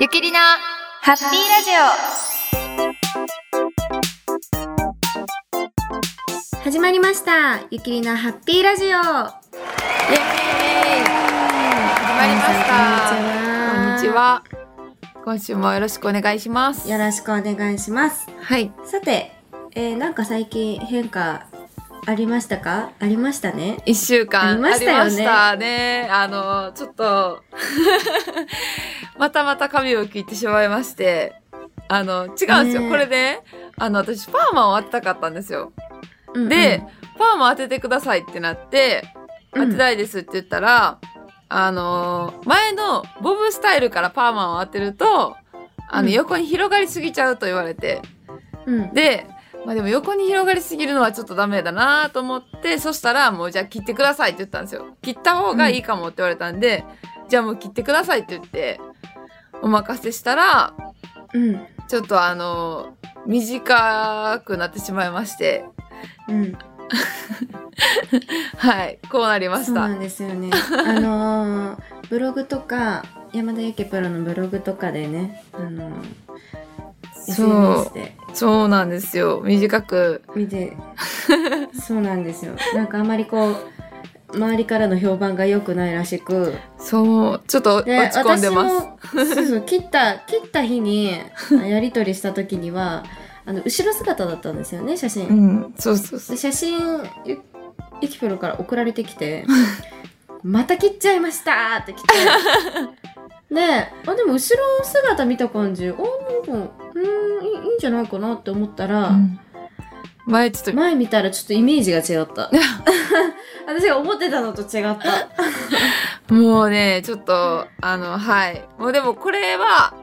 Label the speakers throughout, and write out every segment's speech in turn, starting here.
Speaker 1: ゆきりなハッピーラジオ始まりましたゆきりなハッピーラジオイエーイ
Speaker 2: 始まりました。こんにち
Speaker 1: こんにちは
Speaker 2: は。今週もよろしくお願いします。
Speaker 1: よろしくお願いします
Speaker 2: はい。
Speaker 1: さて、えー、なんか最近変化ありましたかありましたね
Speaker 2: 一週
Speaker 1: あ
Speaker 2: 間あ
Speaker 1: り
Speaker 2: り
Speaker 1: ま
Speaker 2: ま
Speaker 1: し
Speaker 2: した
Speaker 1: よね
Speaker 2: たね。あの、ちょっと、 またまた髪を切ってしまいまして、あの、違うんですよ。
Speaker 1: ねえ
Speaker 2: これね、あの、私、パーマを当てたかったんですよ。
Speaker 1: うんうん
Speaker 2: で、パーマ当ててくださいってなって、
Speaker 1: うん
Speaker 2: 当てたいですって言ったら、あのー前のボブスタイルからパーマを当てると、あの、
Speaker 1: うん
Speaker 2: 横に広がりすぎちゃうと言われて、
Speaker 1: うん
Speaker 2: で、まあでも横に広がりすぎるのはちょっとダメだなと思って、そしたらもうじゃあ切ってくださいって言ったんですよ。切った方がいいかもって言われたんで、じゃあもう切ってくださいって言って、お任せしたら、
Speaker 1: うん
Speaker 2: ちょっとあのー短くなってしまいまして、
Speaker 1: うん
Speaker 2: はい、こうなりま
Speaker 1: そ
Speaker 2: し
Speaker 1: う
Speaker 2: た。
Speaker 1: なんです よねあのーブログとか山田ゆきプロのブログとかでねあのー
Speaker 2: そう
Speaker 1: SNS で
Speaker 2: そうなんですよ。短く。
Speaker 1: 見てそうなんですよなんかあまりこう周りからの評判が良くないらしく
Speaker 2: そう。ちょっと落ち
Speaker 1: で
Speaker 2: 込んでます。
Speaker 1: 私もそうそう切った切った日にあやり取りした時にはあの後ろ姿だったんですよね写真、
Speaker 2: うん。そうそうそ
Speaker 1: で
Speaker 2: う。
Speaker 1: 写真ゆゆきプロから送られてきて「また切っちゃいました!」って来てであでも後ろ姿見た感じあなんかうーんいいいいんじゃないかなって思ったら、
Speaker 2: うん前ちょっと、
Speaker 1: 前見たらちょっとイメージが違った 私が思ってたのと違った
Speaker 2: もうね、ちょっと、あの、はい。もうでもこれは、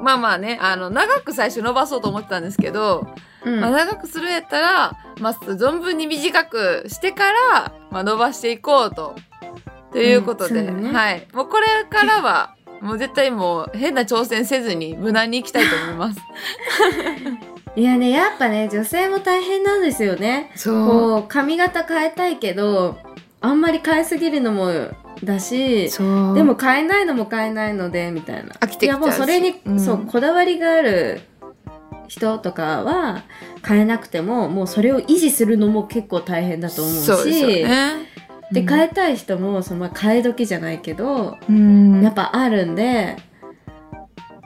Speaker 2: まあまあね、あの、長く最初伸ばそうと思ってたんですけど、
Speaker 1: うん
Speaker 2: まあ長くするんやったら、まあ、存分に短くしてから、まあ、伸ばしていこうと。ということで、
Speaker 1: うんそうだね
Speaker 2: はい。もうこれからは、もう絶対もう変な挑戦せずに無難にいきたいと思い ます。
Speaker 1: いやねやっぱね女性も大変なんですよね
Speaker 2: そ
Speaker 1: こう髪型変えたいけどあんまり変えすぎるのもだし
Speaker 2: そう
Speaker 1: でも買えないのも買えないのでみたいな
Speaker 2: 飽きてきちゃうし
Speaker 1: やもうそれに、
Speaker 2: うん
Speaker 1: そうこだわりがある人とかは買えなくてももうそれを維持するのも結構大変だと思うし
Speaker 2: そうですよね。
Speaker 1: で
Speaker 2: 帰
Speaker 1: 変えたい人もそのまあ替え時じゃないけど、
Speaker 2: うん
Speaker 1: やっぱあるんで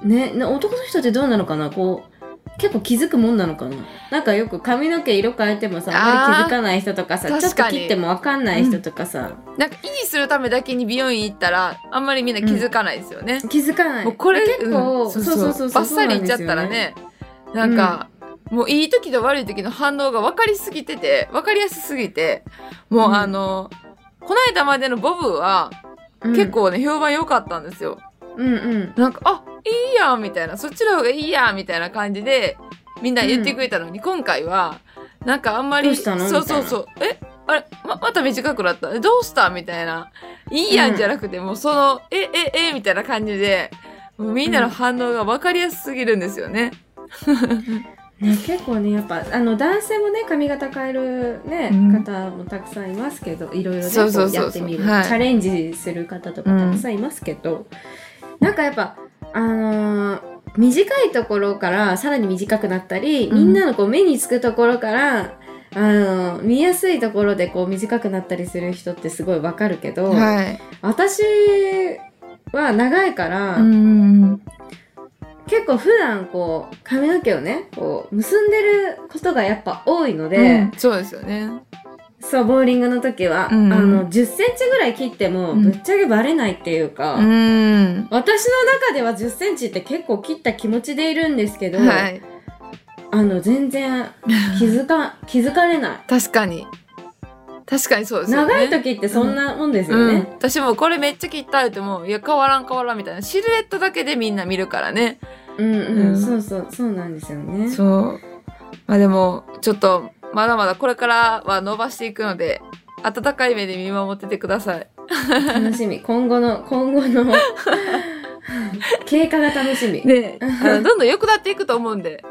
Speaker 1: ねな男の人ってどうなのかなこう結構気づくもんなのかななんかよく髪の毛色変えてもさあんまり気づかない人とかさ
Speaker 2: あー
Speaker 1: ちょっ
Speaker 2: 確
Speaker 1: と
Speaker 2: かに
Speaker 1: 切ってもわかんない人とかさ、
Speaker 2: なんか維持するためだけに美容院行ったらあんまりみんな気づかないですよね。
Speaker 1: 気づかない
Speaker 2: もうこれ
Speaker 1: 結構、
Speaker 2: うん
Speaker 1: そうそうそうそう
Speaker 2: バッサリいっちゃっ
Speaker 1: そ
Speaker 2: た
Speaker 1: うな
Speaker 2: ら
Speaker 1: んですよ
Speaker 2: ねなんか、もういい時と悪い時の反応が分かりすぎてて分かりやすすぎてもう
Speaker 1: うん
Speaker 2: あの、この間までのボブは
Speaker 1: うん
Speaker 2: 結構ね、評判良かったんですよ。
Speaker 1: うんうん
Speaker 2: なんかあいいやんみたいなそっちの方がいいやんみたいな感じでみんな言ってくれたのに、今回はなんかあんまり
Speaker 1: どうしたの
Speaker 2: そうそうそうえあれままた短くなったえどうしたみたいないいや
Speaker 1: うんん
Speaker 2: じゃなくて、もうそのえええみたいな感じでもうみんなの反応が分かりやすすぎるんですよね。
Speaker 1: ね結構ねやっぱあの男性もね髪型変えるね、
Speaker 2: うん
Speaker 1: 方もたくさんいますけどいろいろね
Speaker 2: そうそうそうそう
Speaker 1: こやってみる、
Speaker 2: はい
Speaker 1: チャレンジする方とかたくさんいますけど、なんかやっぱあのー短いところからさらに短くなったり、
Speaker 2: うん
Speaker 1: みんなのこう目につくところからあのー見やすいところでこう短くなったりする人ってすごいわかるけど、
Speaker 2: はい、
Speaker 1: 私は長いから、
Speaker 2: ん
Speaker 1: 結構普段こう髪の毛をねこう結んでることがやっぱ多いので、
Speaker 2: うんそうですよね。
Speaker 1: そうボーリングの時は、
Speaker 2: うん
Speaker 1: あの1 0ンチぐらい切っても
Speaker 2: うん
Speaker 1: ぶっちゃけバレないっていうか、
Speaker 2: うん
Speaker 1: 私の中では1 0ンチって結構切った気持ちでいるんですけど、
Speaker 2: はい、
Speaker 1: あの全然気 づか気づかれない。
Speaker 2: 確かに確かにそうですよね。
Speaker 1: 長い時ってそんなもんですよ
Speaker 2: うん
Speaker 1: ね。、
Speaker 2: 私もこれめっちゃ切った言ってもいや変わらん変わらんみたいなシルエットだけでみんな見るからね
Speaker 1: うん、うん、
Speaker 2: うん
Speaker 1: そうそう、そうなんですよね。
Speaker 2: そうまあでもちょっとまだまだこれからは伸ばしていくので温かい目で見守っててください
Speaker 1: 楽しみ。今後の、今後 の経過が楽しみ。
Speaker 2: ねあのどんどん良くなっていくと思うんで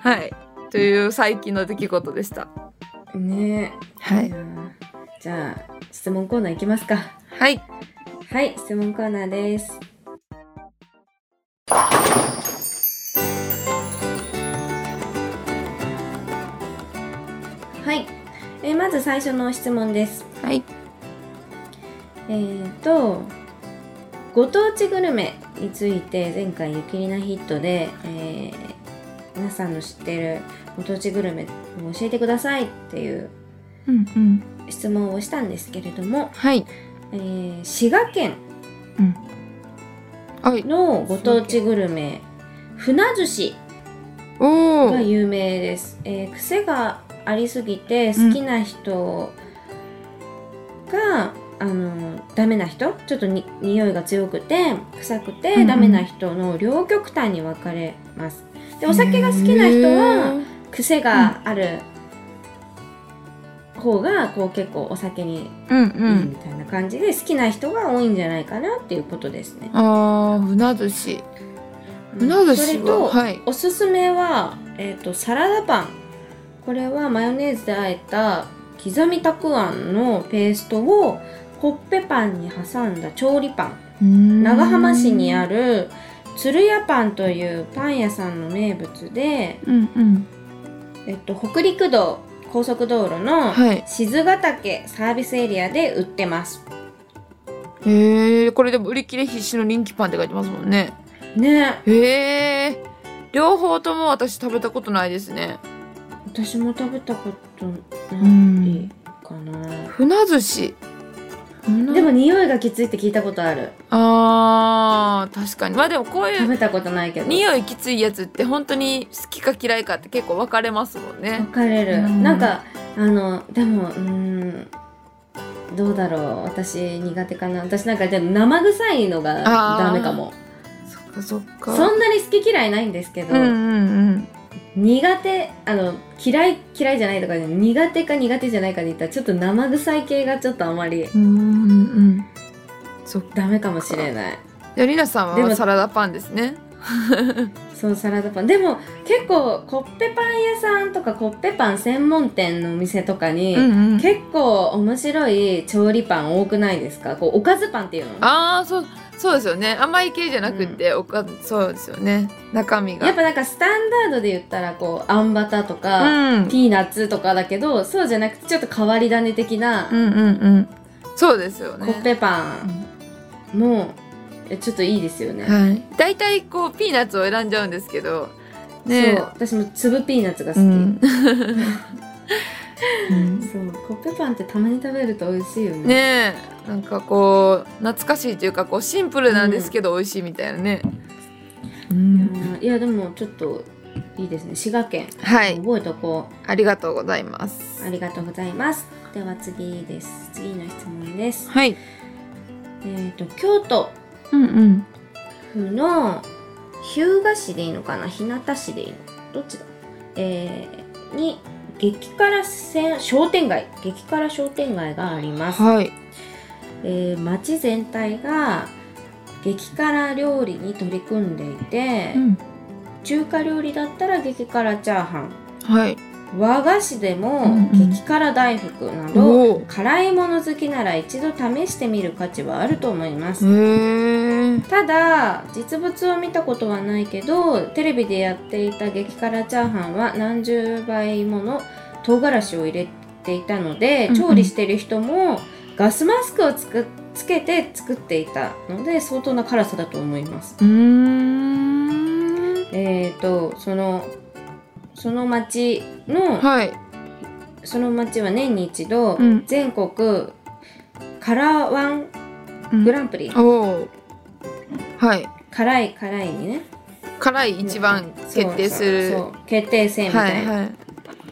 Speaker 2: はいという最近の出来事でした
Speaker 1: ねえ
Speaker 2: は
Speaker 1: やーじゃあ質問コーナーいきますか
Speaker 2: はい
Speaker 1: はい、質問コーナーです。はい、えーまず最初の質問です。
Speaker 2: はい。
Speaker 1: えー、とご当地グルメについて前回「ゆきりなヒットで」えー皆さんの知ってるご当地グルメを教えてくださいっていう
Speaker 2: うんうん。
Speaker 1: 質問をしたんですけれども、
Speaker 2: はい。
Speaker 1: えー滋賀県
Speaker 2: うん。はい。
Speaker 1: のご当地グルメ船寿司
Speaker 2: お
Speaker 1: が
Speaker 2: ー。
Speaker 1: 有名です、えー癖がありすぎて好きな人が、あのダメな人ちょっとに匂いが強くて臭く
Speaker 2: うんう
Speaker 1: て
Speaker 2: ん
Speaker 1: ダメな人の両極端に分かれますでお酒が好きな人は
Speaker 2: へ
Speaker 1: 癖がある方がこう結構お酒にいい
Speaker 2: ー、うんうん。
Speaker 1: みたいな感じで好きな人が多いんじゃないかなっていうことですね。
Speaker 2: あー、船寿司。船寿
Speaker 1: そ
Speaker 2: 司
Speaker 1: れと
Speaker 2: は、はい。
Speaker 1: おすすめは、えー、とサラダパンこれはマヨネーズで和えた刻みたくあんのペーストをほっぺパンに挟んだ調理パン長
Speaker 2: 長
Speaker 1: 浜市にあ
Speaker 2: る。
Speaker 1: る鶴屋パンというパン屋さんの名物で、
Speaker 2: うんうん。
Speaker 1: えっと、北陸道高速道路の
Speaker 2: はい。
Speaker 1: 静ヶ岳サービスエリアで売ってます
Speaker 2: へえ、これでも売り切れ必至の人気パンって書いてますもんね。
Speaker 1: ね
Speaker 2: へえ。両方とも私食べたことないですね。
Speaker 1: 私も食べたことない
Speaker 2: ん
Speaker 1: かな、
Speaker 2: 船寿司。
Speaker 1: でも匂いがきついって聞いたことある
Speaker 2: あー確かにまあでもこうい
Speaker 1: 食
Speaker 2: う
Speaker 1: べたことないけど
Speaker 2: 匂いきついやつって本当に好きか嫌いかって結構分かれますもんね
Speaker 1: 分かれる、
Speaker 2: うん
Speaker 1: なんかあのでもうーんどうだろう私苦手かな私なんかでも生臭いのが
Speaker 2: あー
Speaker 1: ダメかも
Speaker 2: そっかそっか
Speaker 1: そんなに好き嫌いないんですけど、
Speaker 2: うんうん
Speaker 1: 苦手あの嫌い嫌いじゃないとかで苦手か苦手じゃないかで言ったらちょっと生臭い系がちょっとあまり
Speaker 2: うんうんうんうんそっか
Speaker 1: ダメかもしれない
Speaker 2: じゃありなさん
Speaker 1: でも
Speaker 2: はサラダパンですね
Speaker 1: そうサラダパンでも結構コッペパン屋さんとかコッペパン専門店のお店とかに、
Speaker 2: うんうん
Speaker 1: 結構面白い調理パン多くないですかこうおかずパンっていうの
Speaker 2: ああそうそうですよね甘い系じゃなくて、おかそうですよね中身が
Speaker 1: やっぱなんかスタンダードで言ったらこうあんバターとか、
Speaker 2: うん
Speaker 1: ピーナッツとかだけどそうじゃなくてちょっと変わり種的な
Speaker 2: うんうんうんそうですよね
Speaker 1: コッペパンもえちょっといいですよね。
Speaker 2: はい大体こうピーナッツを選んじゃうんですけどね
Speaker 1: そう私も粒ピーナッツが好き、
Speaker 2: うん、うん
Speaker 1: そうコッペパンってたまに食べると美味しいよね
Speaker 2: ねえなんかこう懐かしいというかこうシンプルなんですけど美味しいみたいなね、う
Speaker 1: いや
Speaker 2: ん
Speaker 1: ーいやでもちょっといいですね滋賀県、
Speaker 2: はい
Speaker 1: 覚えとこう
Speaker 2: ありがとうございます
Speaker 1: ありがとうございますでは次です次の質問です
Speaker 2: はい
Speaker 1: えっ、と京都
Speaker 2: うんうん
Speaker 1: 府の日向市でいいのかな日向市でいいのどっちだえー、に激辛せん商店街激辛商店街があります、
Speaker 2: はい
Speaker 1: えー街全体が激辛料理に取り組んでいて、
Speaker 2: うん
Speaker 1: 中華料理だったら激辛チャーハン
Speaker 2: はい
Speaker 1: 和菓子でも
Speaker 2: うんうん
Speaker 1: 激辛大福など、
Speaker 2: おー
Speaker 1: 辛いもの好きなら一度試してみる価値はあると思います、
Speaker 2: へえ
Speaker 1: ただ実物を見たことはないけどテレビでやっていた激辛チャーハンは何十倍もの唐辛子を入れていたので
Speaker 2: うんうん
Speaker 1: 調理してる人もガスマスクをつくつけて作っていたので相当な辛さだと思います。
Speaker 2: うーん
Speaker 1: えー、とそのその町の
Speaker 2: はい
Speaker 1: その町は年に一度
Speaker 2: うん
Speaker 1: 全国カラーワングランプリ
Speaker 2: おおはい
Speaker 1: 辛い辛いにね
Speaker 2: 辛い一番決定する
Speaker 1: そうそうそう決定戦みた
Speaker 2: はい
Speaker 1: な、
Speaker 2: いはい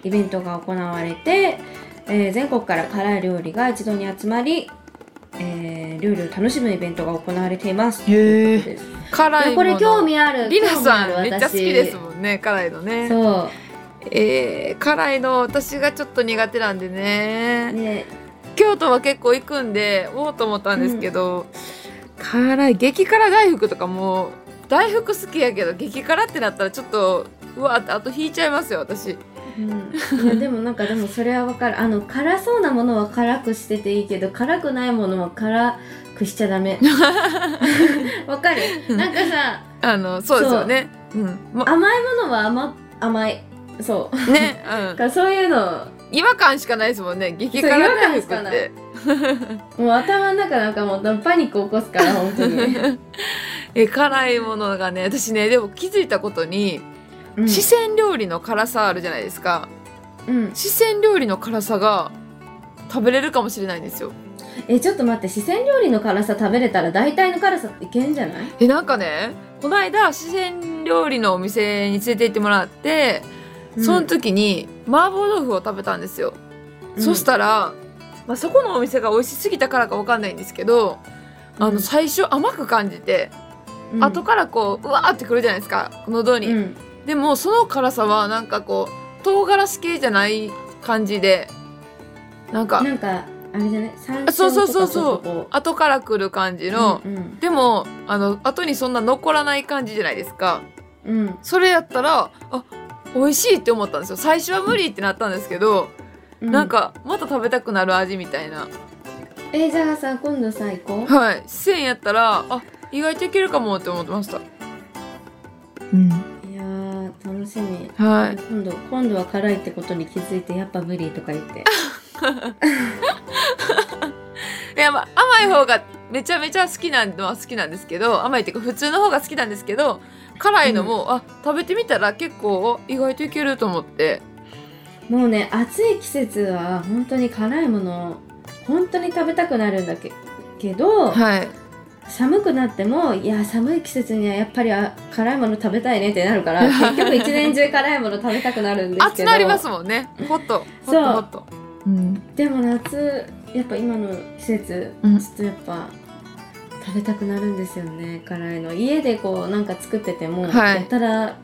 Speaker 1: イベントが行われて、えー全国から辛い料理が一度に集まり、えー料理を楽しむイベントが行われています。
Speaker 2: へ
Speaker 1: という
Speaker 2: え
Speaker 1: ことです
Speaker 2: 辛いもの
Speaker 1: これ興味ある。
Speaker 2: りなさんめ
Speaker 1: 興味
Speaker 2: っ
Speaker 1: あ
Speaker 2: ち
Speaker 1: る
Speaker 2: ゃ好きです
Speaker 1: 私
Speaker 2: もんね 辛いのね
Speaker 1: そ
Speaker 2: えー、辛いの私がちょっと苦手なんでね
Speaker 1: う。ね、
Speaker 2: 京都は結構行くんでおおうと思ったんですけど、辛い激辛大福とかも大福好きやけど激辛ってなったらちょっとうわってあと引いちゃいますよ私。
Speaker 1: うん、いやでもなんかでもそれはわかる。あの辛そうなものは辛くしてていいけど、辛くないものは辛くくしちゃ ダメわかるなんかさ
Speaker 2: あのそうですよねうんも
Speaker 1: 甘いものは甘甘いそう
Speaker 2: うね、
Speaker 1: だからそういうの
Speaker 2: うん、違和感しかないですもんね激辛
Speaker 1: そう違和感
Speaker 2: 回
Speaker 1: しか
Speaker 2: 復っ
Speaker 1: ない
Speaker 2: て
Speaker 1: もう頭の中なんかもうパニック起こすから本当に、
Speaker 2: え辛いものがね私ねでも気づいたことに、
Speaker 1: うん
Speaker 2: 四川料理の辛さあるじゃないですか
Speaker 1: うん、
Speaker 2: 四川料理の辛さが食べれるかもしれないんですよ
Speaker 1: えちょっと待って四川料理の辛さ食べれたら大体の辛さっていけんじゃない
Speaker 2: えなんかねこの間四川料理のお店に連れて行ってもらってその、時に麻婆豆腐を食べたんですよ、
Speaker 1: うん
Speaker 2: そし、たら、まあ、そこのお店が美味しすぎたからかわかんないんですけどあ
Speaker 1: うん
Speaker 2: の最初甘く感じて、
Speaker 1: うん
Speaker 2: 後からこううわーってくるじゃないですか喉に、
Speaker 1: うん
Speaker 2: でもその辛さはなんかこう唐辛子系じゃない感じでなんか
Speaker 1: なんかあれじゃない山椒と
Speaker 2: あ
Speaker 1: か
Speaker 2: そうそうそうそう
Speaker 1: ちょっとこ
Speaker 2: 後からくる感じ
Speaker 1: う
Speaker 2: の、
Speaker 1: うん
Speaker 2: でもあの後にそんな残らない感じじゃないですか
Speaker 1: うん、うん
Speaker 2: それやったらあ美味しいって思ったんですよ最初は無理ってなったんですけど、
Speaker 1: う
Speaker 2: なんかまた食べたくなる味みたいな
Speaker 1: えじゃあさ今度さ行こう
Speaker 2: はい1000やったらあ意外といけるかもって思ってましたうん
Speaker 1: いやー楽しみ
Speaker 2: はい
Speaker 1: 今度今度は辛いってことに気づいてやっぱ無理とか言って
Speaker 2: いやまあ甘い方がめちゃめちゃ好きなんのは好きなんですけど甘いっていうか普通の方が好きなんですけど辛いのも、あ食べてみたら結構お意外といけると思って
Speaker 1: もうね暑い季節は本当に辛いもの本当に食べたくなるんだけけど、
Speaker 2: はい
Speaker 1: 寒くなってもいや寒い季節にはやっぱりあ辛いもの食べたいねってなるか ら結局一年中辛いもの食べたくなるんです
Speaker 2: 熱
Speaker 1: けど
Speaker 2: なりますもんねホットホッ
Speaker 1: そう
Speaker 2: トホット うん
Speaker 1: でも夏やっぱ今の季節、
Speaker 2: うん
Speaker 1: ちょっとやっぱ食べたくなるんですよね辛いの家でこうなんか作ってても、
Speaker 2: はい
Speaker 1: やたら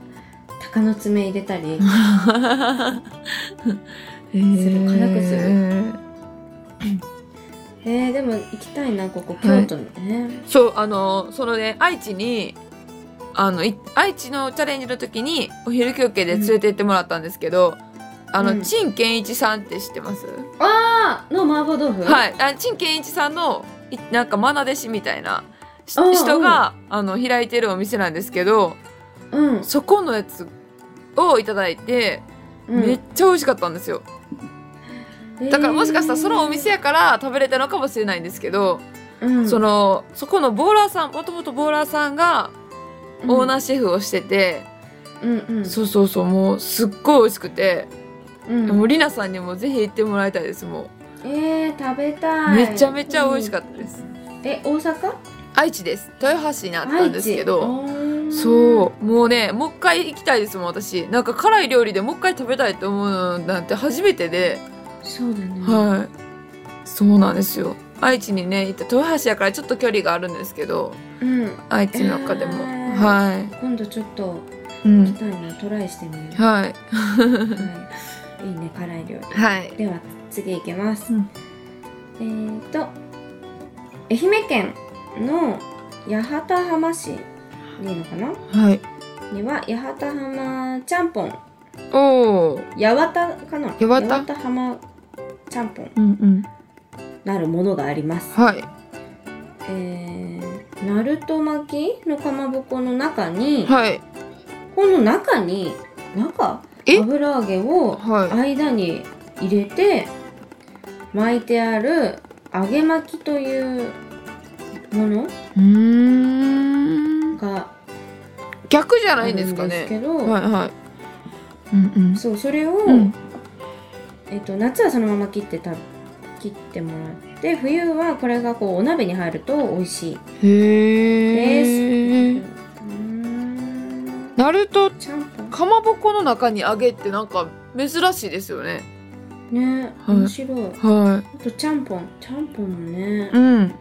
Speaker 1: 鷹の爪入れたりする辛くするえー、でも行きたいなここ京都のね、
Speaker 2: そうあのそのね愛知にあのい愛知のチャレンジの時にお昼休憩で連れて行ってもらったんですけど、あ
Speaker 1: う
Speaker 2: の
Speaker 1: ん
Speaker 2: 陳健一さんって知ってます、
Speaker 1: あの麻婆豆腐
Speaker 2: はいあ陳健一さんのいなんかマナ弟子みたいなし
Speaker 1: うんうん
Speaker 2: 人があの開いてるお店なんですけど
Speaker 1: うん、
Speaker 2: そこのやつをいただいて、
Speaker 1: うん
Speaker 2: めっちゃ美味しかったんですよだからもしかしたらそのお店、やから食べれたのかもしれないんですけど、
Speaker 1: えーうん
Speaker 2: そのそこのボーラーさんもともとボーラーさんがオーナーシェフをしてて、
Speaker 1: うんうん
Speaker 2: そうそうそうもうすっごい美味しくて、
Speaker 1: うん
Speaker 2: もうリナさんにもぜひ行ってもらいたいですも
Speaker 1: えー、食べ
Speaker 2: う、
Speaker 1: たい
Speaker 2: めちゃめちゃ美味しかったです、
Speaker 1: うんえ大阪
Speaker 2: 愛知です豊橋にあったんですけど
Speaker 1: う
Speaker 2: そうもうねもう一回行きたいですもん私なんか辛い料理でもう一回食べたいと思うのなんて初めてで、
Speaker 1: そうだね、
Speaker 2: はいそうなんですよ愛知にね行った豊橋やからちょっと距離があるんですけど
Speaker 1: うん、
Speaker 2: 愛知の中でも、
Speaker 1: えー
Speaker 2: は
Speaker 1: 今度ちょっと
Speaker 2: い、う
Speaker 1: 行き
Speaker 2: ん、
Speaker 1: たいな、トライしてみる、は
Speaker 2: はい
Speaker 1: い、いいね辛い料
Speaker 2: はい
Speaker 1: 理では次行きます、
Speaker 2: うん
Speaker 1: えーと愛媛県の八幡浜市でいいのかな
Speaker 2: はい
Speaker 1: には八幡浜ちゃんぽん
Speaker 2: おお
Speaker 1: 八幡かな
Speaker 2: 八幡
Speaker 1: 八幡浜ちゃんぽん
Speaker 2: うんうん
Speaker 1: なるものがあります
Speaker 2: はい
Speaker 1: えー、ナルト巻きのかまぼこの中に、
Speaker 2: はい
Speaker 1: この中に中
Speaker 2: え
Speaker 1: 油揚げを
Speaker 2: は
Speaker 1: 間に入れて巻いてある揚げ巻きというもの
Speaker 2: いうーん
Speaker 1: が
Speaker 2: 逆じゃ
Speaker 1: あ
Speaker 2: な
Speaker 1: る
Speaker 2: いん
Speaker 1: ん
Speaker 2: で
Speaker 1: です
Speaker 2: か
Speaker 1: す
Speaker 2: ね
Speaker 1: けど、
Speaker 2: はいはいうんうん
Speaker 1: そうそれを、
Speaker 2: うん
Speaker 1: えっと夏はそのまま切ってた切ってもらって冬はこれがこうお鍋に入ると美味しい
Speaker 2: へ
Speaker 1: で
Speaker 2: え
Speaker 1: す。うーん
Speaker 2: ナルト
Speaker 1: ちゃんぽん
Speaker 2: かまぼこの中に揚げってなんか珍しいですよね
Speaker 1: ね
Speaker 2: はい
Speaker 1: 面白い、
Speaker 2: は
Speaker 1: あとちゃんぽんちゃんぽんもね
Speaker 2: うん
Speaker 1: うー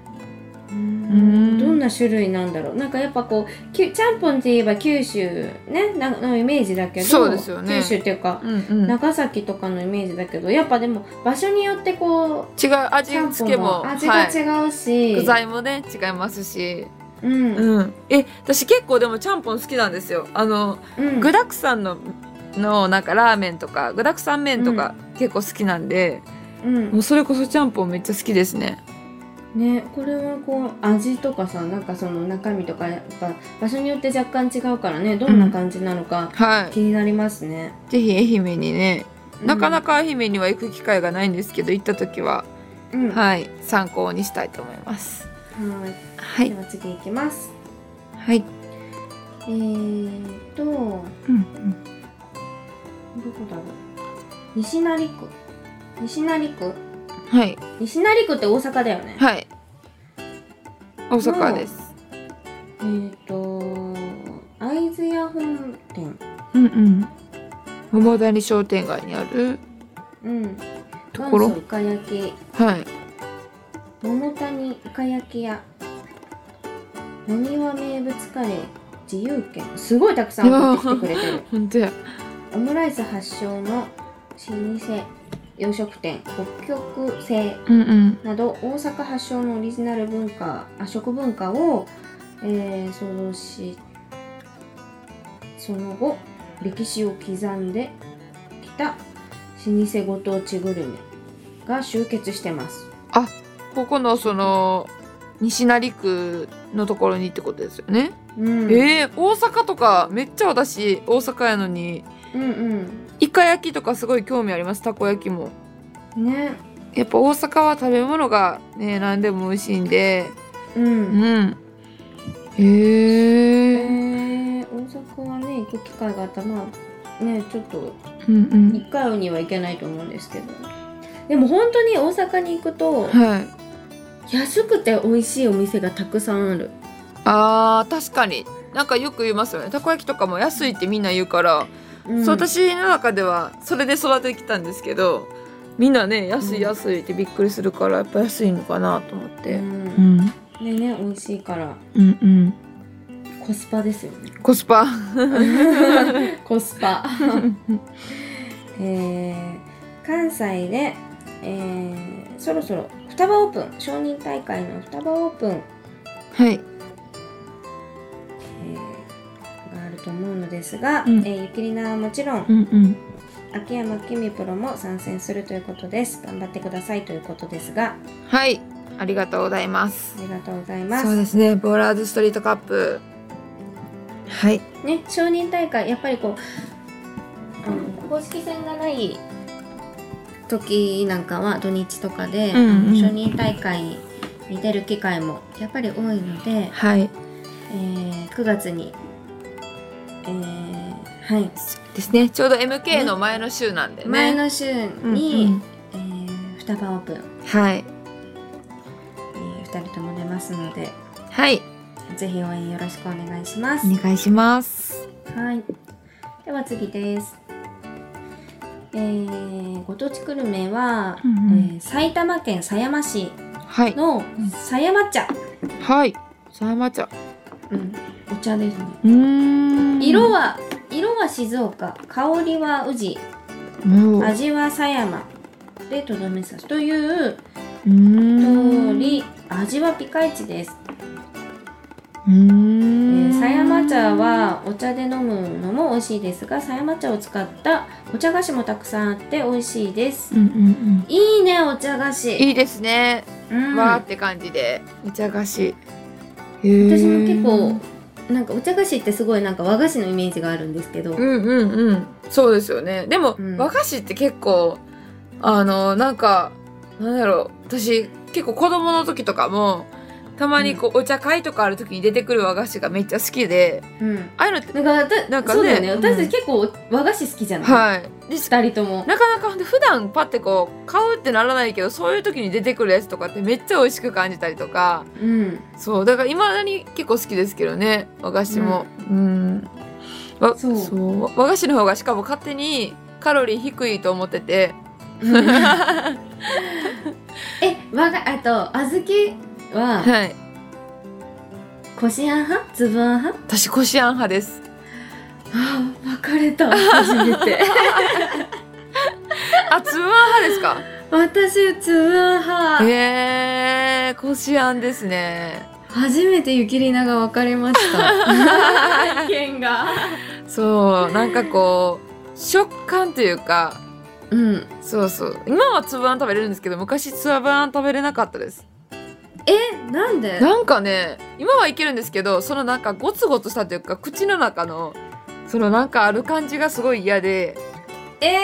Speaker 2: うん
Speaker 1: んどんな種類なんだろうなんかやっぱこうきゅちゃんぽんって言えば九州ねなのイメージだけど
Speaker 2: そうですよね
Speaker 1: 九州っていうか、
Speaker 2: うんうん
Speaker 1: 長崎とかのイメージだけどやっぱでも場所によってこ
Speaker 2: 違う
Speaker 1: うちゃ
Speaker 2: 味
Speaker 1: んぽ
Speaker 2: 付け
Speaker 1: ん
Speaker 2: も
Speaker 1: の味が
Speaker 2: はい
Speaker 1: 違うし、
Speaker 2: 具材もね違いますし
Speaker 1: うんうん
Speaker 2: うんえ私結構でもちゃんぽん好きなんですよあの
Speaker 1: うん
Speaker 2: 具だくさんののなんかラーメンとか具だくさん麺とか結構好きなんで、もうそれこそちゃんぽんめっちゃ好きですね。
Speaker 1: ねこれはこう味とかさなんかその中身とかやっぱ場所によって若干違うからねどんな感じなのか
Speaker 2: は
Speaker 1: 気になりますね、
Speaker 2: い。ぜひ愛媛にね、なかな
Speaker 1: か、
Speaker 2: か愛媛には行く機会がないんですけど、行った時は、
Speaker 1: うんは
Speaker 2: はい、参考にしたいと思います。はいい
Speaker 1: で。は次いきます
Speaker 2: はい。
Speaker 1: えー、とど
Speaker 2: うんうん。
Speaker 1: こだろう西成区西成区
Speaker 2: はい。
Speaker 1: 西成区って大阪だよね
Speaker 2: はい。大阪です。
Speaker 1: えー、と会津屋本店
Speaker 2: うんうん。桃谷商店街にある
Speaker 1: うん
Speaker 2: ところ
Speaker 1: 元祖イカ焼き
Speaker 2: はい。
Speaker 1: 桃谷イカ焼き屋なにわ名物カレー自由券すごいたくさん送ってきてくれてる
Speaker 2: 本当や。
Speaker 1: オムライス発祥の老舗洋食店北極星
Speaker 2: うんうん。
Speaker 1: など大阪発祥のオリジナル文化あ食文化を、えー創造しその後歴史を刻んできた老舗ご当地グルメが集結してます
Speaker 2: ここのその西成区のところにってことですよね。
Speaker 1: うん、
Speaker 2: えー、大阪とかめっちゃ私大阪やのに
Speaker 1: うん
Speaker 2: イカ焼きとかすごい興味ありますたこ焼きも。
Speaker 1: うんね
Speaker 2: やっぱ大阪は食べ物がね何でも美味しいんで。
Speaker 1: うん、
Speaker 2: うん。へ
Speaker 1: え
Speaker 2: えー。
Speaker 1: ー、大阪はね行く機会があったらまあねちょっと
Speaker 2: うん
Speaker 1: 1回には行けないと思うんですけどでも本当に大阪に行くと
Speaker 2: うん。はい。
Speaker 1: 安くて美味しいお店がたくさんある
Speaker 2: あー確かになんかよく言いますよねたこ焼きとかも安いってみんな言うから、そう私の中ではそれで育ててきたんですけどみんなね安
Speaker 1: う
Speaker 2: い
Speaker 1: ん
Speaker 2: 安いってびっくりするからやっぱ安いのかなと思って、
Speaker 1: うん
Speaker 2: ん、
Speaker 1: でね美味しいから
Speaker 2: うんうん
Speaker 1: コスパです よね
Speaker 2: コスパ
Speaker 1: コスパ えー、関西で、えー、そろそろ双葉オープン承認大会の双葉オープン、
Speaker 2: はい
Speaker 1: えーがあると思うのですが、
Speaker 2: うん
Speaker 1: えーゆきりなはもちろん
Speaker 2: んうん
Speaker 1: 秋山きみプロも参戦するということです頑張ってくださいということですが
Speaker 2: はいありがとうございます
Speaker 1: ありがとうございま
Speaker 2: そう
Speaker 1: す
Speaker 2: ですねボーラーズストリートカップはい
Speaker 1: ね承認大会やっぱりこう、うん、公式戦がない時なんかは土日とかで、
Speaker 2: うんうん
Speaker 1: あの承認大会に出る機会もやっぱり多いので、
Speaker 2: はい
Speaker 1: えー9月に、えーはい、
Speaker 2: ですねちょうど MK の前の週なんでね
Speaker 1: 前の週に、えー双葉オープン、
Speaker 2: うんうんはい
Speaker 1: え2人とも出ますので
Speaker 2: はい
Speaker 1: ぜひ応援よろしくお願いします。
Speaker 2: お願いします。
Speaker 1: はい。では次です。えー、ご当地グルメは、
Speaker 2: うんうん
Speaker 1: えー埼玉県狭山市
Speaker 2: はい。
Speaker 1: の狭山茶、
Speaker 2: はい。さやま茶。
Speaker 1: うん、お茶ですね。
Speaker 2: うーん。
Speaker 1: 色。は色は静岡、香りは宇治、
Speaker 2: もう。う
Speaker 1: 味は狭山でとどめ刺すという
Speaker 2: ーん。
Speaker 1: 通。り、味はピカイチです。
Speaker 2: うー
Speaker 1: え
Speaker 2: ん。
Speaker 1: ー狭山茶。はお茶で飲むのも美味しいですが、狭山茶を使ったお茶菓子もたくさんあって美味しいです
Speaker 2: う。んうんうん。
Speaker 1: いいねお茶菓子。
Speaker 2: いいですね。
Speaker 1: うん、
Speaker 2: わーって感じで。お茶菓子。
Speaker 1: 私
Speaker 2: 私
Speaker 1: も結構。なんかお茶菓子ってすごいなんか和菓子のイメージがあるんですけ
Speaker 2: う
Speaker 1: ど、
Speaker 2: んうんうん。そうですよね。でも、
Speaker 1: うん
Speaker 2: 和菓子って結構。あの、なんか。なんだろう。私。結構子供の時とかも。たまにこう、お茶会とかある時に出てくる和菓子がめっちゃ好きで。
Speaker 1: うん
Speaker 2: ああいうのって。
Speaker 1: なんかわた
Speaker 2: なんかね
Speaker 1: そうだよね
Speaker 2: うん
Speaker 1: 私たち結構和菓子好きじゃない、
Speaker 2: はい。でし
Speaker 1: 二人とも、
Speaker 2: なかなか普段パってこう買うってならないけどそういう時に出てくるやつとかってめっちゃ美味しく感じたりとか
Speaker 1: うん、
Speaker 2: そうだからいまだに結構好きですけどね和菓子もうん、わ
Speaker 1: そう
Speaker 2: 和菓子の方がしかも勝手にカロリー低いと思ってて
Speaker 1: え和があと小豆は
Speaker 2: はい
Speaker 1: こしあん派つぶあん派
Speaker 2: 私こしあん派です
Speaker 1: ああ分かれた 初めて
Speaker 2: あつぶあん派ですか
Speaker 1: 私つぶあん
Speaker 2: へ
Speaker 1: 派
Speaker 2: えこしあんですね
Speaker 1: 初めてゆきりなが分かりました 意見が
Speaker 2: そうなんかこう食感というか
Speaker 1: うん
Speaker 2: そうそう今はつぶあん食べれるんですけど昔つぶあん食べれなかったです
Speaker 1: えなんで
Speaker 2: なんかね今はいけるんですけどそのなんかゴツゴツしたというか口の中のそのなんかある感じがすごい嫌で
Speaker 1: え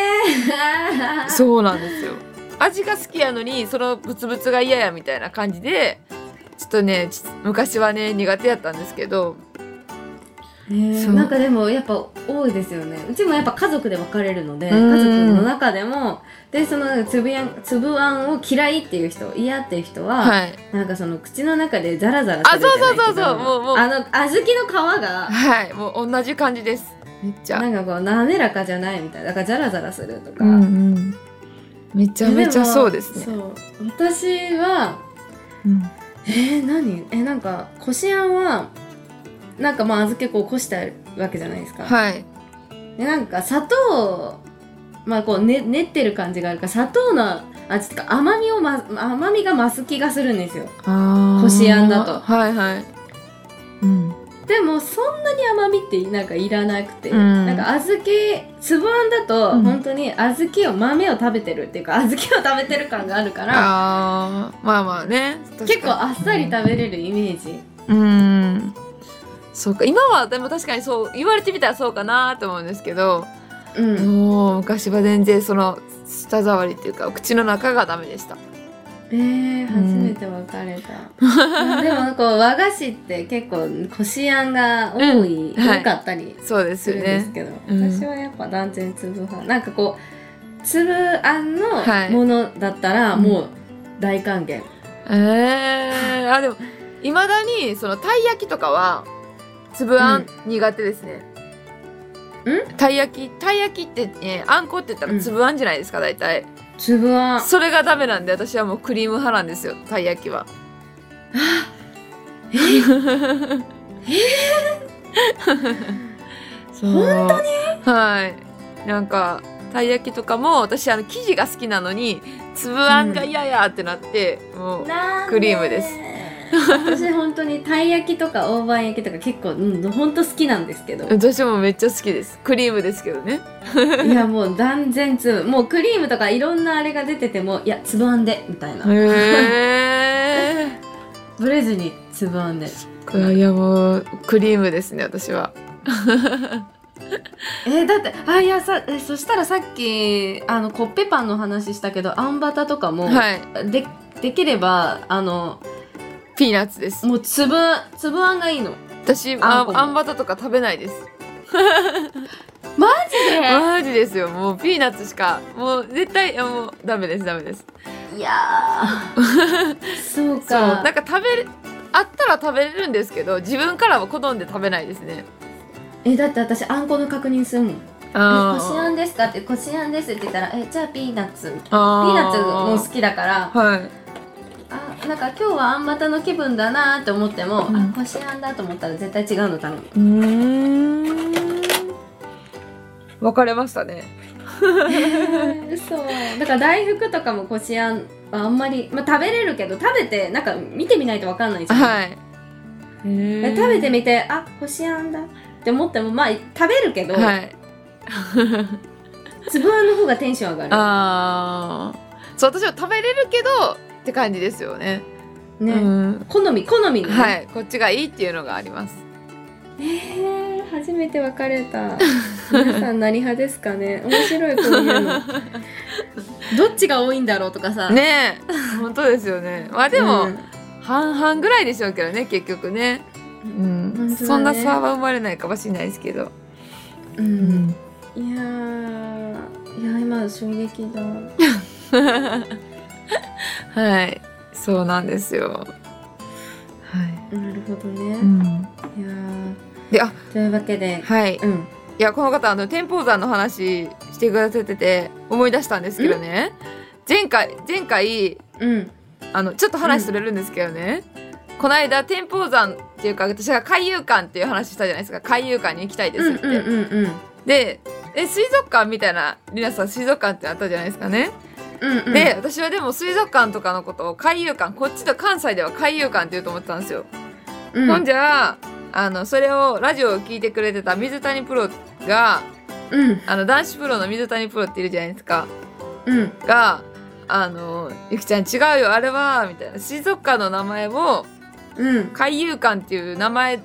Speaker 1: ー、
Speaker 2: そうなんですよ味が好きやのにそのブツブツが嫌やみたいな感じでちょっとねち昔はね苦手やったんですけど
Speaker 1: えー
Speaker 2: そう
Speaker 1: なんかでもやっぱ多いですよねうちもやっぱ家族で分かれるので
Speaker 2: うん
Speaker 1: 家族の中でもでそのつぶやんつぶあんを嫌いっていう人嫌っていう人は、
Speaker 2: はい
Speaker 1: なんかその口の中でザラザラするじゃないけど
Speaker 2: あそうそうそうそうもうもう
Speaker 1: あの小豆の皮が
Speaker 2: はいもう同じ感じですめっちゃ
Speaker 1: なんかこう滑らかじゃないみたいなだからザラザラするとか、
Speaker 2: うんうんめちゃめちゃ
Speaker 1: も
Speaker 2: そうですね
Speaker 1: そう私は
Speaker 2: うん
Speaker 1: えー、何えなんかこしあんはなんかまあ小豆こうこしたわけじゃないですか、
Speaker 2: はい
Speaker 1: でなんか砂糖まあこうね練ってる感じがあるから砂糖の味とか甘みを、ま、甘みが増す気がするんですよ
Speaker 2: あー
Speaker 1: こしあんだと
Speaker 2: はいはいうん
Speaker 1: でもそんなに甘みってなんかいらなくて、
Speaker 2: うん
Speaker 1: なんか小豆粒あんだと
Speaker 2: うん
Speaker 1: 本当に小豆を豆を食べてるっていうか小豆を食べてる感があるから
Speaker 2: あーまあまあね
Speaker 1: 結構あっさり食べれるイメージ、
Speaker 2: べうんそうか今はでも確かにそう言われてみたらそうかなと思うんですけど、
Speaker 1: うん
Speaker 2: もう昔は全然その舌触りっていうか口の中がダメでした
Speaker 1: えー、初めて別れた、でもこう和菓子って結構こしあんが多
Speaker 2: う
Speaker 1: い、
Speaker 2: んはい
Speaker 1: 多かったり
Speaker 2: そうです
Speaker 1: す
Speaker 2: よ
Speaker 1: るんです
Speaker 2: ね
Speaker 1: けど、
Speaker 2: うん
Speaker 1: 私はやっぱ断然粒派なんかこう粒あんの
Speaker 2: はい
Speaker 1: ものだったらもう大歓迎、
Speaker 2: ええー、あでもいまだにそのたい焼きとかは粒あん苦手ですね、
Speaker 1: ん
Speaker 2: たい焼きたい焼きって、ね、あんこって言ったら粒あんじゃないですか大体、
Speaker 1: 粒あん
Speaker 2: それがダメなんで私はもうクリーム派なんですよたい焼きは え本当にはいなんかたい焼きとかも私あの生地が好きなのに粒あんが嫌やってなって、もう
Speaker 1: なんで
Speaker 2: クリームです
Speaker 1: 私本当にたい焼きとか大判焼きとか結構、うん、本当好きなんですけど
Speaker 2: 私もめっちゃ好きですクリームですけどね
Speaker 1: いやもう断然粒もうクリームとかいろんなあれが出ててもいや粒あんでみたいな
Speaker 2: へえ
Speaker 1: ブレずに粒あんで
Speaker 2: いやもうクリームですね私は
Speaker 1: えーだってあいやさえそしたらさっきあのコッペパンの話したけどあんバタとかも、
Speaker 2: はい
Speaker 1: でできればあの
Speaker 2: ピーナッツです
Speaker 1: もう粒粒あんがいいの
Speaker 2: 私
Speaker 1: あん
Speaker 2: あ
Speaker 1: こも
Speaker 2: あんバタとか食べないです
Speaker 1: マ
Speaker 2: マジですよもうピーナッツしかもう絶対いやもうダメですダメです
Speaker 1: ジでいやー そう
Speaker 2: そうな
Speaker 1: か
Speaker 2: んか食べれあったら食べれるんですけど自分からは好んで食べないですね
Speaker 1: えだって私あんこの確認するもん「えこしあ
Speaker 2: ー
Speaker 1: んですか?」って「こしあんです」って言ったら「えじゃあピーナッツ」ピ
Speaker 2: あ
Speaker 1: ーナッツも好きだから
Speaker 2: きはい
Speaker 1: あなんか今日はあんバタの気分だなーって思っても、
Speaker 2: うん
Speaker 1: あこしあんだと思ったら絶対違うの頼む
Speaker 2: うーん分かれましたね
Speaker 1: そうだから大福とかもこしあんはあんまり、まあ、食べれるけど食べてなんか見てみないとわかんないじゃん、
Speaker 2: はい
Speaker 1: で食べてみてあこしあんだって思ってもまあ食べるけど、
Speaker 2: はい
Speaker 1: つぶあんの方がテンション上が
Speaker 2: あーそう私は食べれるけどって感じですよね。
Speaker 1: るね、
Speaker 2: うん、
Speaker 1: 好み好みのね、
Speaker 2: はい、こっちがいいっていうのがあります。
Speaker 1: えー初めて別れ た皆さん何派ですかね面白いこういう のどっちが多いんだろうとかさ
Speaker 2: ねえ、 本当ですよね。まあでも、
Speaker 1: うん
Speaker 2: 半々ぐらいでしょうけどね、結局ね。うん、
Speaker 1: 本当だね
Speaker 2: そんな差は生まれないかもしれないですけど。
Speaker 1: う、
Speaker 2: うんん、
Speaker 1: いやーいや今衝撃だ
Speaker 2: はい、そうなんですよ。は
Speaker 1: なるほどね、
Speaker 2: い。うん、
Speaker 1: いやー
Speaker 2: で、あ、
Speaker 1: というわけで、
Speaker 2: はい。
Speaker 1: うん、
Speaker 2: いやこの方あの天保山の話してくださってて思い出したんですけどね前回前回
Speaker 1: うん、
Speaker 2: あのちょっと話それるんですけどね、この間天保山っていうか私が海遊館っていう話したじゃないですか海遊館に行きたいですって、
Speaker 1: うんうんうん
Speaker 2: でえ水族館みたいなりなさん水族館ってあったじゃないですかね、
Speaker 1: うんうん、
Speaker 2: で私はでも水族館とかのことを海遊館こっちと関西では海遊館って言うと思ってたんですよ、
Speaker 1: うん、
Speaker 2: ほんじゃあのそれをラジオを聞いてくれてた水谷プロが
Speaker 1: うん
Speaker 2: あの男子プロの水谷プロっているじゃないですか
Speaker 1: うん
Speaker 2: があのゆきちゃん違うよあれはみたいな水族館の名前を
Speaker 1: うん
Speaker 2: 海遊館っていう名前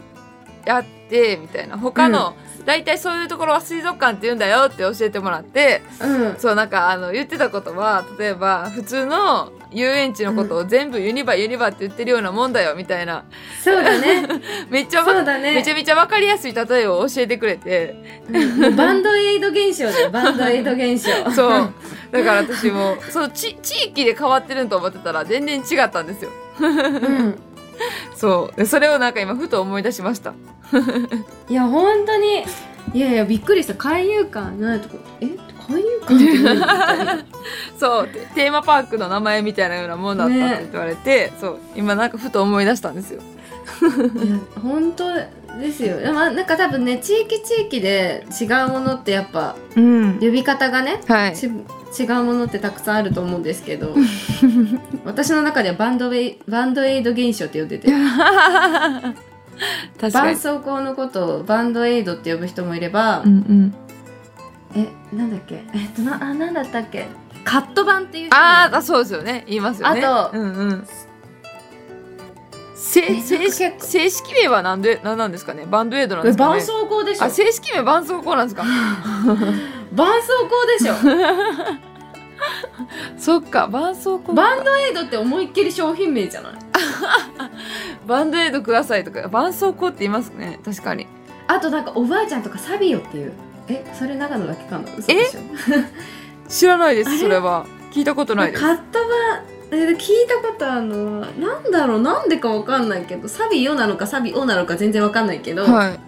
Speaker 2: あってみたいな他の、大体そういうところは水族館って言うんだよって教えてもらって
Speaker 1: うん
Speaker 2: そうなんかあの言ってたことは例えば普通の遊園地のことを全部ユニバユニバって言ってるようなもんだよみたいな
Speaker 1: そう だね
Speaker 2: めっちゃ
Speaker 1: そう
Speaker 2: わ
Speaker 1: だね
Speaker 2: めちゃめちゃ分かりやすい例えを教えてくれて
Speaker 1: うんもうバンドエイド現象だ よバンドエイド現象
Speaker 2: そうだから私もそうち地域で変わってるんと思ってたら全然違ったんですよ
Speaker 1: うん
Speaker 2: そうでそれをなんか今ふと思い出しました
Speaker 1: いや本当にいやいやびっくりした海遊館なんとこえ海遊館って何みたいな
Speaker 2: そうテテーマパークの名前みたいなようなもんだったって言われて、そう今なんかふと思い出したんですよ
Speaker 1: いや本当ですよ、まあ、なんか多分ね地域地域で違うものってやっぱ
Speaker 2: うん
Speaker 1: 呼び方がね、
Speaker 2: はい
Speaker 1: ち違うものってたくさんあると思うんですけ ど私の中ではバンドエイバンドエイド現象って呼んで て
Speaker 2: 確か
Speaker 1: 絆
Speaker 2: に
Speaker 1: 創膏のことをバンドエイドって呼ぶ人もいれば、
Speaker 2: うんうん
Speaker 1: えなんだっけえっとなあなんだったっけカット版っていう人も
Speaker 2: あーあそうですよね言いますよね
Speaker 1: あと
Speaker 2: うんうんせ
Speaker 1: ね
Speaker 2: 正
Speaker 1: なんか
Speaker 2: 式
Speaker 1: 結構
Speaker 2: 正式名はなんで何なんですかねバンドエイドなん
Speaker 1: これ
Speaker 2: ですか
Speaker 1: 絆
Speaker 2: ね
Speaker 1: 創膏でしょ
Speaker 2: あ正式名絆創膏なんですか
Speaker 1: 絆創膏でしょ
Speaker 2: そっか絆創膏
Speaker 1: バンドエイドって思いっきり商品名じゃない
Speaker 2: バンドエイドくださいとか絆創膏って言いますね確かに
Speaker 1: あとなんかおばあちゃんとかサビオっていうえそれ長野だけかな嘘でしょ
Speaker 2: 知らないで
Speaker 1: あれ
Speaker 2: すそれは聞いたことないです
Speaker 1: カット版え聞いたことあるのはなんだろうなんでかわかんないけどサビオなのかサビオなのか全然わかんないけど、
Speaker 2: はい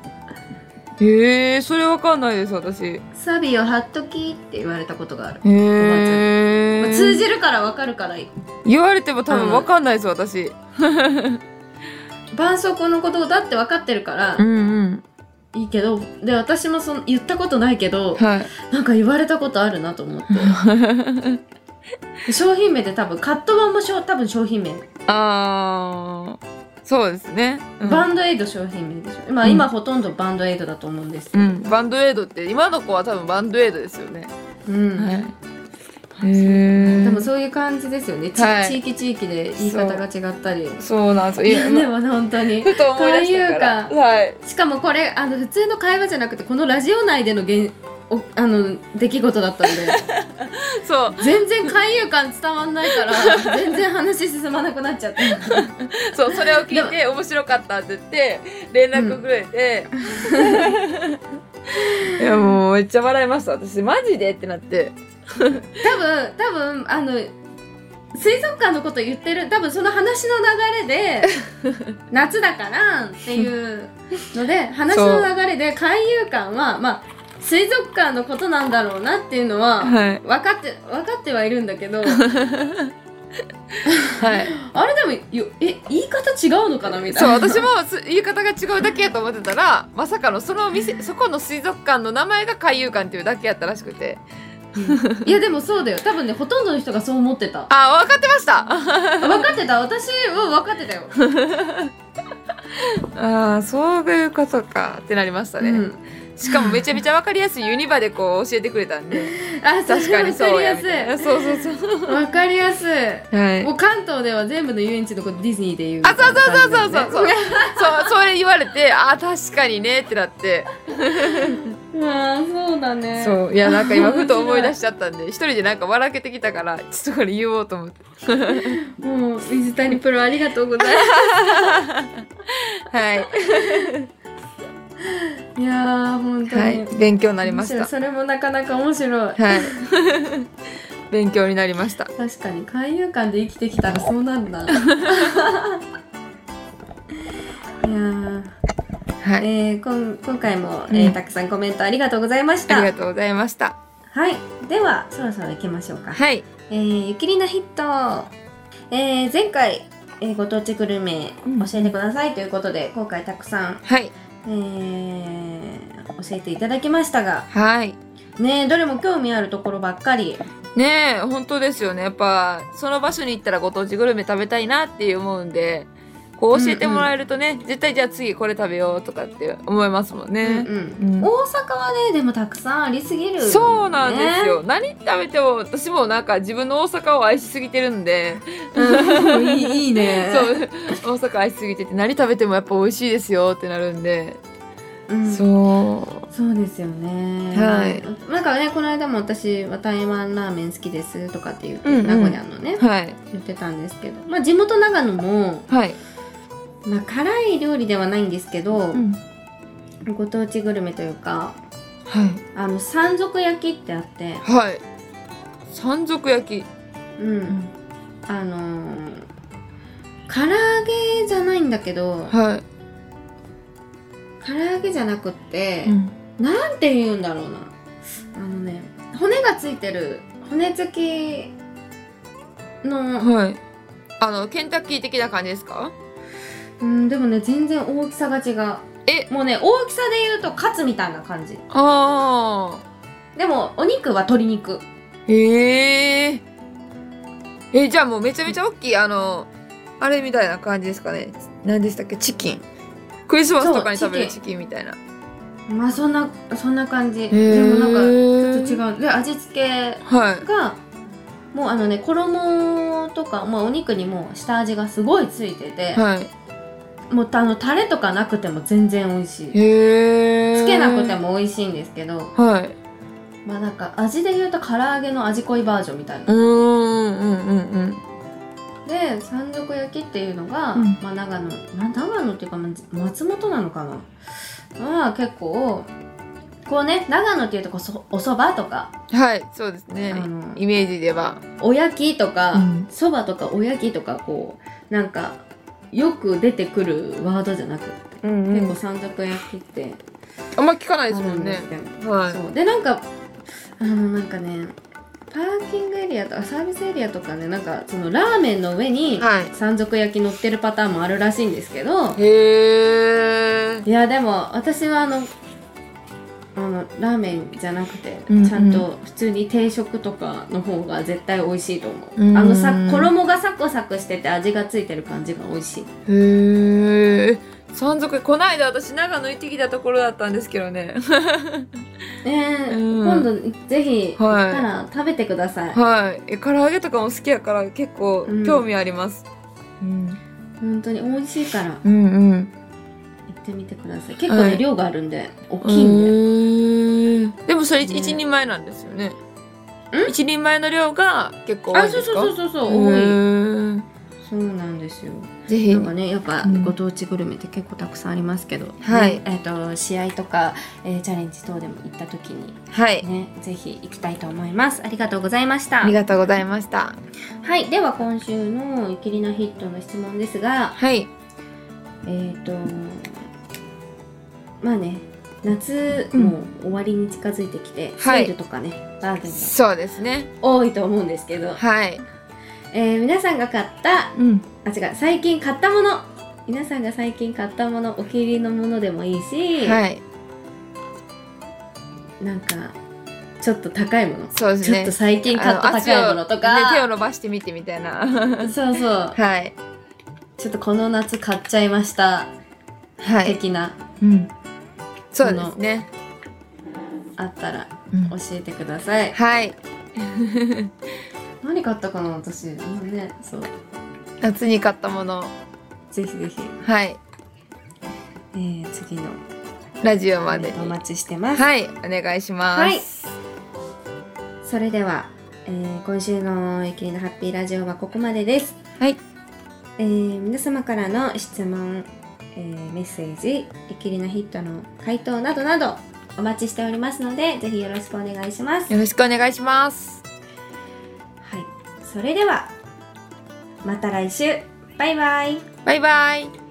Speaker 2: へえそれわかんないです私
Speaker 1: サビオ貼っときって言われたことがある、
Speaker 2: へ
Speaker 1: まあ通
Speaker 2: え
Speaker 1: じるからわかるからいい
Speaker 2: 言われても多分わかんないです私
Speaker 1: 絆創膏のことだって分かってるから
Speaker 2: うんうん
Speaker 1: いいけどで私もその言ったことないけど
Speaker 2: はい
Speaker 1: なんか言われたことあるなと思って商品名で多分カット版もしょ多分商品名、
Speaker 2: あーそうですね、うん
Speaker 1: バンドエイド商品名でしょまあ
Speaker 2: うん
Speaker 1: 今ほとんどバンドエイドだと思うんですけ
Speaker 2: う
Speaker 1: ど、
Speaker 2: ん、バンドエイドって今の子は多分バンドエイドですよね、
Speaker 1: うん
Speaker 2: いへえ
Speaker 1: でもそういう感じですよね、ち
Speaker 2: はい
Speaker 1: 地域地域で言い方が違ったり
Speaker 2: そうなんですよ
Speaker 1: い
Speaker 2: い
Speaker 1: や
Speaker 2: や
Speaker 1: でも本当に
Speaker 2: ふと思い出したから
Speaker 1: という
Speaker 2: はい
Speaker 1: しかもこれあの普通の会話じゃなくてこのラジオ内での現おあの出来事だったんで
Speaker 2: そう
Speaker 1: 全然海遊感伝わんないから全然話進まなくなっちゃった
Speaker 2: そうそれを聞いて面白かったって言って連絡くれて、 いやもうめっちゃ笑いました私マジでってなって
Speaker 1: 多分多分あの水族館のこと言ってる多分その話の流 れで夏だからっていうの で話の流れで海遊館はまあ水族館のことなんだろうなっていうのは
Speaker 2: はい
Speaker 1: 分かって分かってはいるんだ けど
Speaker 2: はい
Speaker 1: あれでもよえ言い方違うのかなみたい
Speaker 2: そう
Speaker 1: な
Speaker 2: 私もす言い方が違うだけやと思ってたらまさかのその店そこの水族館の名前が海遊館っていうだけやったらしくて
Speaker 1: いやでもそうだよ多分ねほとんどの人がそう思って た
Speaker 2: あ分かってました
Speaker 1: 分かってた私は分かってたよ、
Speaker 2: ああそういうことかってなりましたね、
Speaker 1: うん
Speaker 2: しかもめちゃめちゃ分かりやすいユニバでこう教えてくれたんで
Speaker 1: あそれ
Speaker 2: 確かにそうやみたいな
Speaker 1: 分
Speaker 2: そうそうそう
Speaker 1: か りやすい分かりやすい
Speaker 2: はい
Speaker 1: もう関東では全部の遊園地のことディズニーで言うみた
Speaker 2: あ
Speaker 1: いな
Speaker 2: そうそうそうそう
Speaker 1: 感
Speaker 2: そうそうそうそれ言われてあ確かにねってなって
Speaker 1: じだねうんそうだね
Speaker 2: そういやなんか今ふと思い出
Speaker 1: し
Speaker 2: しちゃったんで一人でなんか笑けてきたからちょっとこれ言おうと思って
Speaker 1: もう水谷プロありがとうございま
Speaker 2: はい、
Speaker 1: すいやー本当に、
Speaker 2: はい、勉強になりまし
Speaker 1: 面白い
Speaker 2: た
Speaker 1: それもなかなか面白い
Speaker 2: はい 勉強になりました
Speaker 1: 確かに海遊館で生きてきたらそうなるないやー
Speaker 2: はい
Speaker 1: えー、こん今回も、えー
Speaker 2: うん
Speaker 1: たくさんコメントありがとうございまし
Speaker 2: あ
Speaker 1: た
Speaker 2: りがとうございました
Speaker 1: はいではそろそろ行きましょうか
Speaker 2: はい
Speaker 1: えー、ゆきりなヒット、えー、前回、えーご当地グルメ
Speaker 2: うん
Speaker 1: 教えてくださいということで、今回たくさん、
Speaker 2: はい
Speaker 1: えー教えていただきましたが
Speaker 2: はい
Speaker 1: ねえどれも興味あるところばっかり
Speaker 2: ねえ本当ですよねやっぱその場所に行ったらご当地グルメ食べたいなって思うんでこう教えてもらえるとね、絶対じゃあ次これ食べようとかって思いますもん
Speaker 1: うん
Speaker 2: ね。
Speaker 1: う
Speaker 2: う
Speaker 1: ん
Speaker 2: ん
Speaker 1: 大阪はねでもたくさんありすぎる、
Speaker 2: そうなんですよ、何食べても私もなんか自分の大阪を愛しすぎてるんで、
Speaker 1: うんいいいいね
Speaker 2: そう 大阪愛しすぎてて何食べてもやっぱ美味しいですよってなるんで、
Speaker 1: うん
Speaker 2: そう
Speaker 1: そうですよね。
Speaker 2: はい。
Speaker 1: なんかね、この間も私は台湾ラーメン好きですとかって言って、
Speaker 2: うんうん
Speaker 1: 名古屋のね、
Speaker 2: はい
Speaker 1: 言ってたんですけど、まあ地元長野も、
Speaker 2: はい、
Speaker 1: まあ辛い料理ではないんですけど、
Speaker 2: は
Speaker 1: ご当地グルメというか、
Speaker 2: い
Speaker 1: あの、山賊焼きってあって、
Speaker 2: はい山賊焼き、
Speaker 1: うん。あのー唐揚げじゃないんだけど、
Speaker 2: は
Speaker 1: 唐揚げじゃなくっ
Speaker 2: い、
Speaker 1: て、なんて言うんだろうなあのね骨がついてる骨付きの、
Speaker 2: はいあのケンタッキー的な感じですか
Speaker 1: うん、でもね全然大きさが違う
Speaker 2: え
Speaker 1: もうね大きさで言うとカツみたいな感じ
Speaker 2: ああ
Speaker 1: でもお肉は鶏肉
Speaker 2: へええじゃあもうめちゃめちゃ大きいあのあれみたいな感じですかね何でしたっけチキンクリスマスとかに
Speaker 1: そう
Speaker 2: 食べる
Speaker 1: チ
Speaker 2: チキンみたいな
Speaker 1: まあそんなそんな感じ
Speaker 2: へー
Speaker 1: でもなんかちょっと違うで味付け
Speaker 2: はい
Speaker 1: がもうあのね衣とか、まあ、お肉にもう下味がすごいついてて、
Speaker 2: は
Speaker 1: もうあのタレとかなくても全然美味し
Speaker 2: い
Speaker 1: い
Speaker 2: へえ
Speaker 1: つけなくても美味しいんですけど
Speaker 2: はいう
Speaker 1: まあなんか味で言うと唐揚げの味濃いバージョンみたい
Speaker 2: ー
Speaker 1: な、
Speaker 2: んうんうんうん
Speaker 1: で山賊焼きっていうのが、
Speaker 2: うん
Speaker 1: まあ、長野、まあ、長野っていうか、まあ松本なのかなまあ結構こうね長野っていうとこうそおそばとか
Speaker 2: はいそうですね
Speaker 1: あの
Speaker 2: イメージでは
Speaker 1: おやきとか
Speaker 2: うん
Speaker 1: そば、蕎麦とかおやきとかこうなんかよく出てくるワードじゃなくて、
Speaker 2: うん
Speaker 1: 結構山賊焼きって
Speaker 2: あんま聞かな
Speaker 1: あ
Speaker 2: いですも
Speaker 1: る
Speaker 2: ん
Speaker 1: んで
Speaker 2: ね
Speaker 1: すけど、
Speaker 2: はい
Speaker 1: そうでなんかあのなんかねパーキングエリアとかサービスエリアとかねなんかそのラーメンの上に
Speaker 2: はい
Speaker 1: 山賊焼き乗ってるパターンもあるらしいんですけど
Speaker 2: へえ
Speaker 1: いやでも私はあのあのラーメンじゃなくて、
Speaker 2: うんうん
Speaker 1: ちゃんと普通に定食とかの方が絶対美味しいと思う、
Speaker 2: うん
Speaker 1: あのさ衣がサクサクしてて味がついてる感じが美味しい
Speaker 2: へえ山賊こないだ私長野行ってきたところだったんですけどね
Speaker 1: ねえ、
Speaker 2: うん
Speaker 1: 今度ぜひ行
Speaker 2: はい
Speaker 1: ったら食べてください、
Speaker 2: はいえ唐揚げとかも好きやから結構
Speaker 1: うん
Speaker 2: 興味あります、うん、
Speaker 1: 本当に美味しいから行
Speaker 2: うんうん
Speaker 1: ってみてください結構ね、
Speaker 2: はい
Speaker 1: 量があるんで大
Speaker 2: へ
Speaker 1: きいんで、
Speaker 2: ーでもそれ一
Speaker 1: ね
Speaker 2: 一人前なんですよね一人前の量が結構多い
Speaker 1: あ、
Speaker 2: ん
Speaker 1: そ
Speaker 2: で
Speaker 1: う
Speaker 2: す
Speaker 1: そう
Speaker 2: か
Speaker 1: そうそうそ
Speaker 2: へ
Speaker 1: う、多い。
Speaker 2: ー
Speaker 1: そうなんですよ。
Speaker 2: ぜひ
Speaker 1: なんかね、やっぱ
Speaker 2: うん
Speaker 1: ご当地グルメって結構たくさんありますけど、
Speaker 2: はい
Speaker 1: ねえっ、と試合とか、えーチャレンジ等でも行った時に
Speaker 2: はい
Speaker 1: ね、ぜひ行きたいと思います。ありがとうございました
Speaker 2: あり。がとうございました
Speaker 1: はい、では今週のイキリナヒットの質問ですが、
Speaker 2: はい
Speaker 1: えっ、とまあね。夏も終わりに近づいてきて、セ
Speaker 2: はい
Speaker 1: ールとかね、バーゲンが
Speaker 2: そうですね
Speaker 1: 多いと思うんですけど、
Speaker 2: はい
Speaker 1: えー皆さんが買った
Speaker 2: うん
Speaker 1: あ違う最近買ったもの皆さんが最近買ったものお気に入りのものでもいいし、
Speaker 2: はい
Speaker 1: なんかちょっと高いもの、
Speaker 2: そうです
Speaker 1: ちょ
Speaker 2: ね
Speaker 1: っと最近買った高いものと
Speaker 2: あの足をね手を
Speaker 1: か、
Speaker 2: 伸ばしてみてみたいな
Speaker 1: そうそう
Speaker 2: はい
Speaker 1: ちょっとこの夏買っちゃいました
Speaker 2: はい
Speaker 1: 的な、
Speaker 2: うんそうですね
Speaker 1: あったら
Speaker 2: うん
Speaker 1: 教えてください
Speaker 2: はい
Speaker 1: 何買ったかな私今ねそう
Speaker 2: 夏に買ったもの
Speaker 1: ぜひぜひ、
Speaker 2: はい
Speaker 1: えー次の
Speaker 2: ラジオ
Speaker 1: コメ
Speaker 2: ま
Speaker 1: ン
Speaker 2: で
Speaker 1: トお
Speaker 2: に
Speaker 1: 待ちしてます、
Speaker 2: はいお願いします
Speaker 1: それでは、えー今週の「ゆきりのハッピーラジオ」はここまでです
Speaker 2: はい
Speaker 1: えー皆様からの質問、えーメッセージ「イキリのヒット」の回答などなどお待ちしておりますのでぜひよろしくお願いします、
Speaker 2: よろしくお願いします
Speaker 1: はい、それではまた来週バイバイ
Speaker 2: バイバイ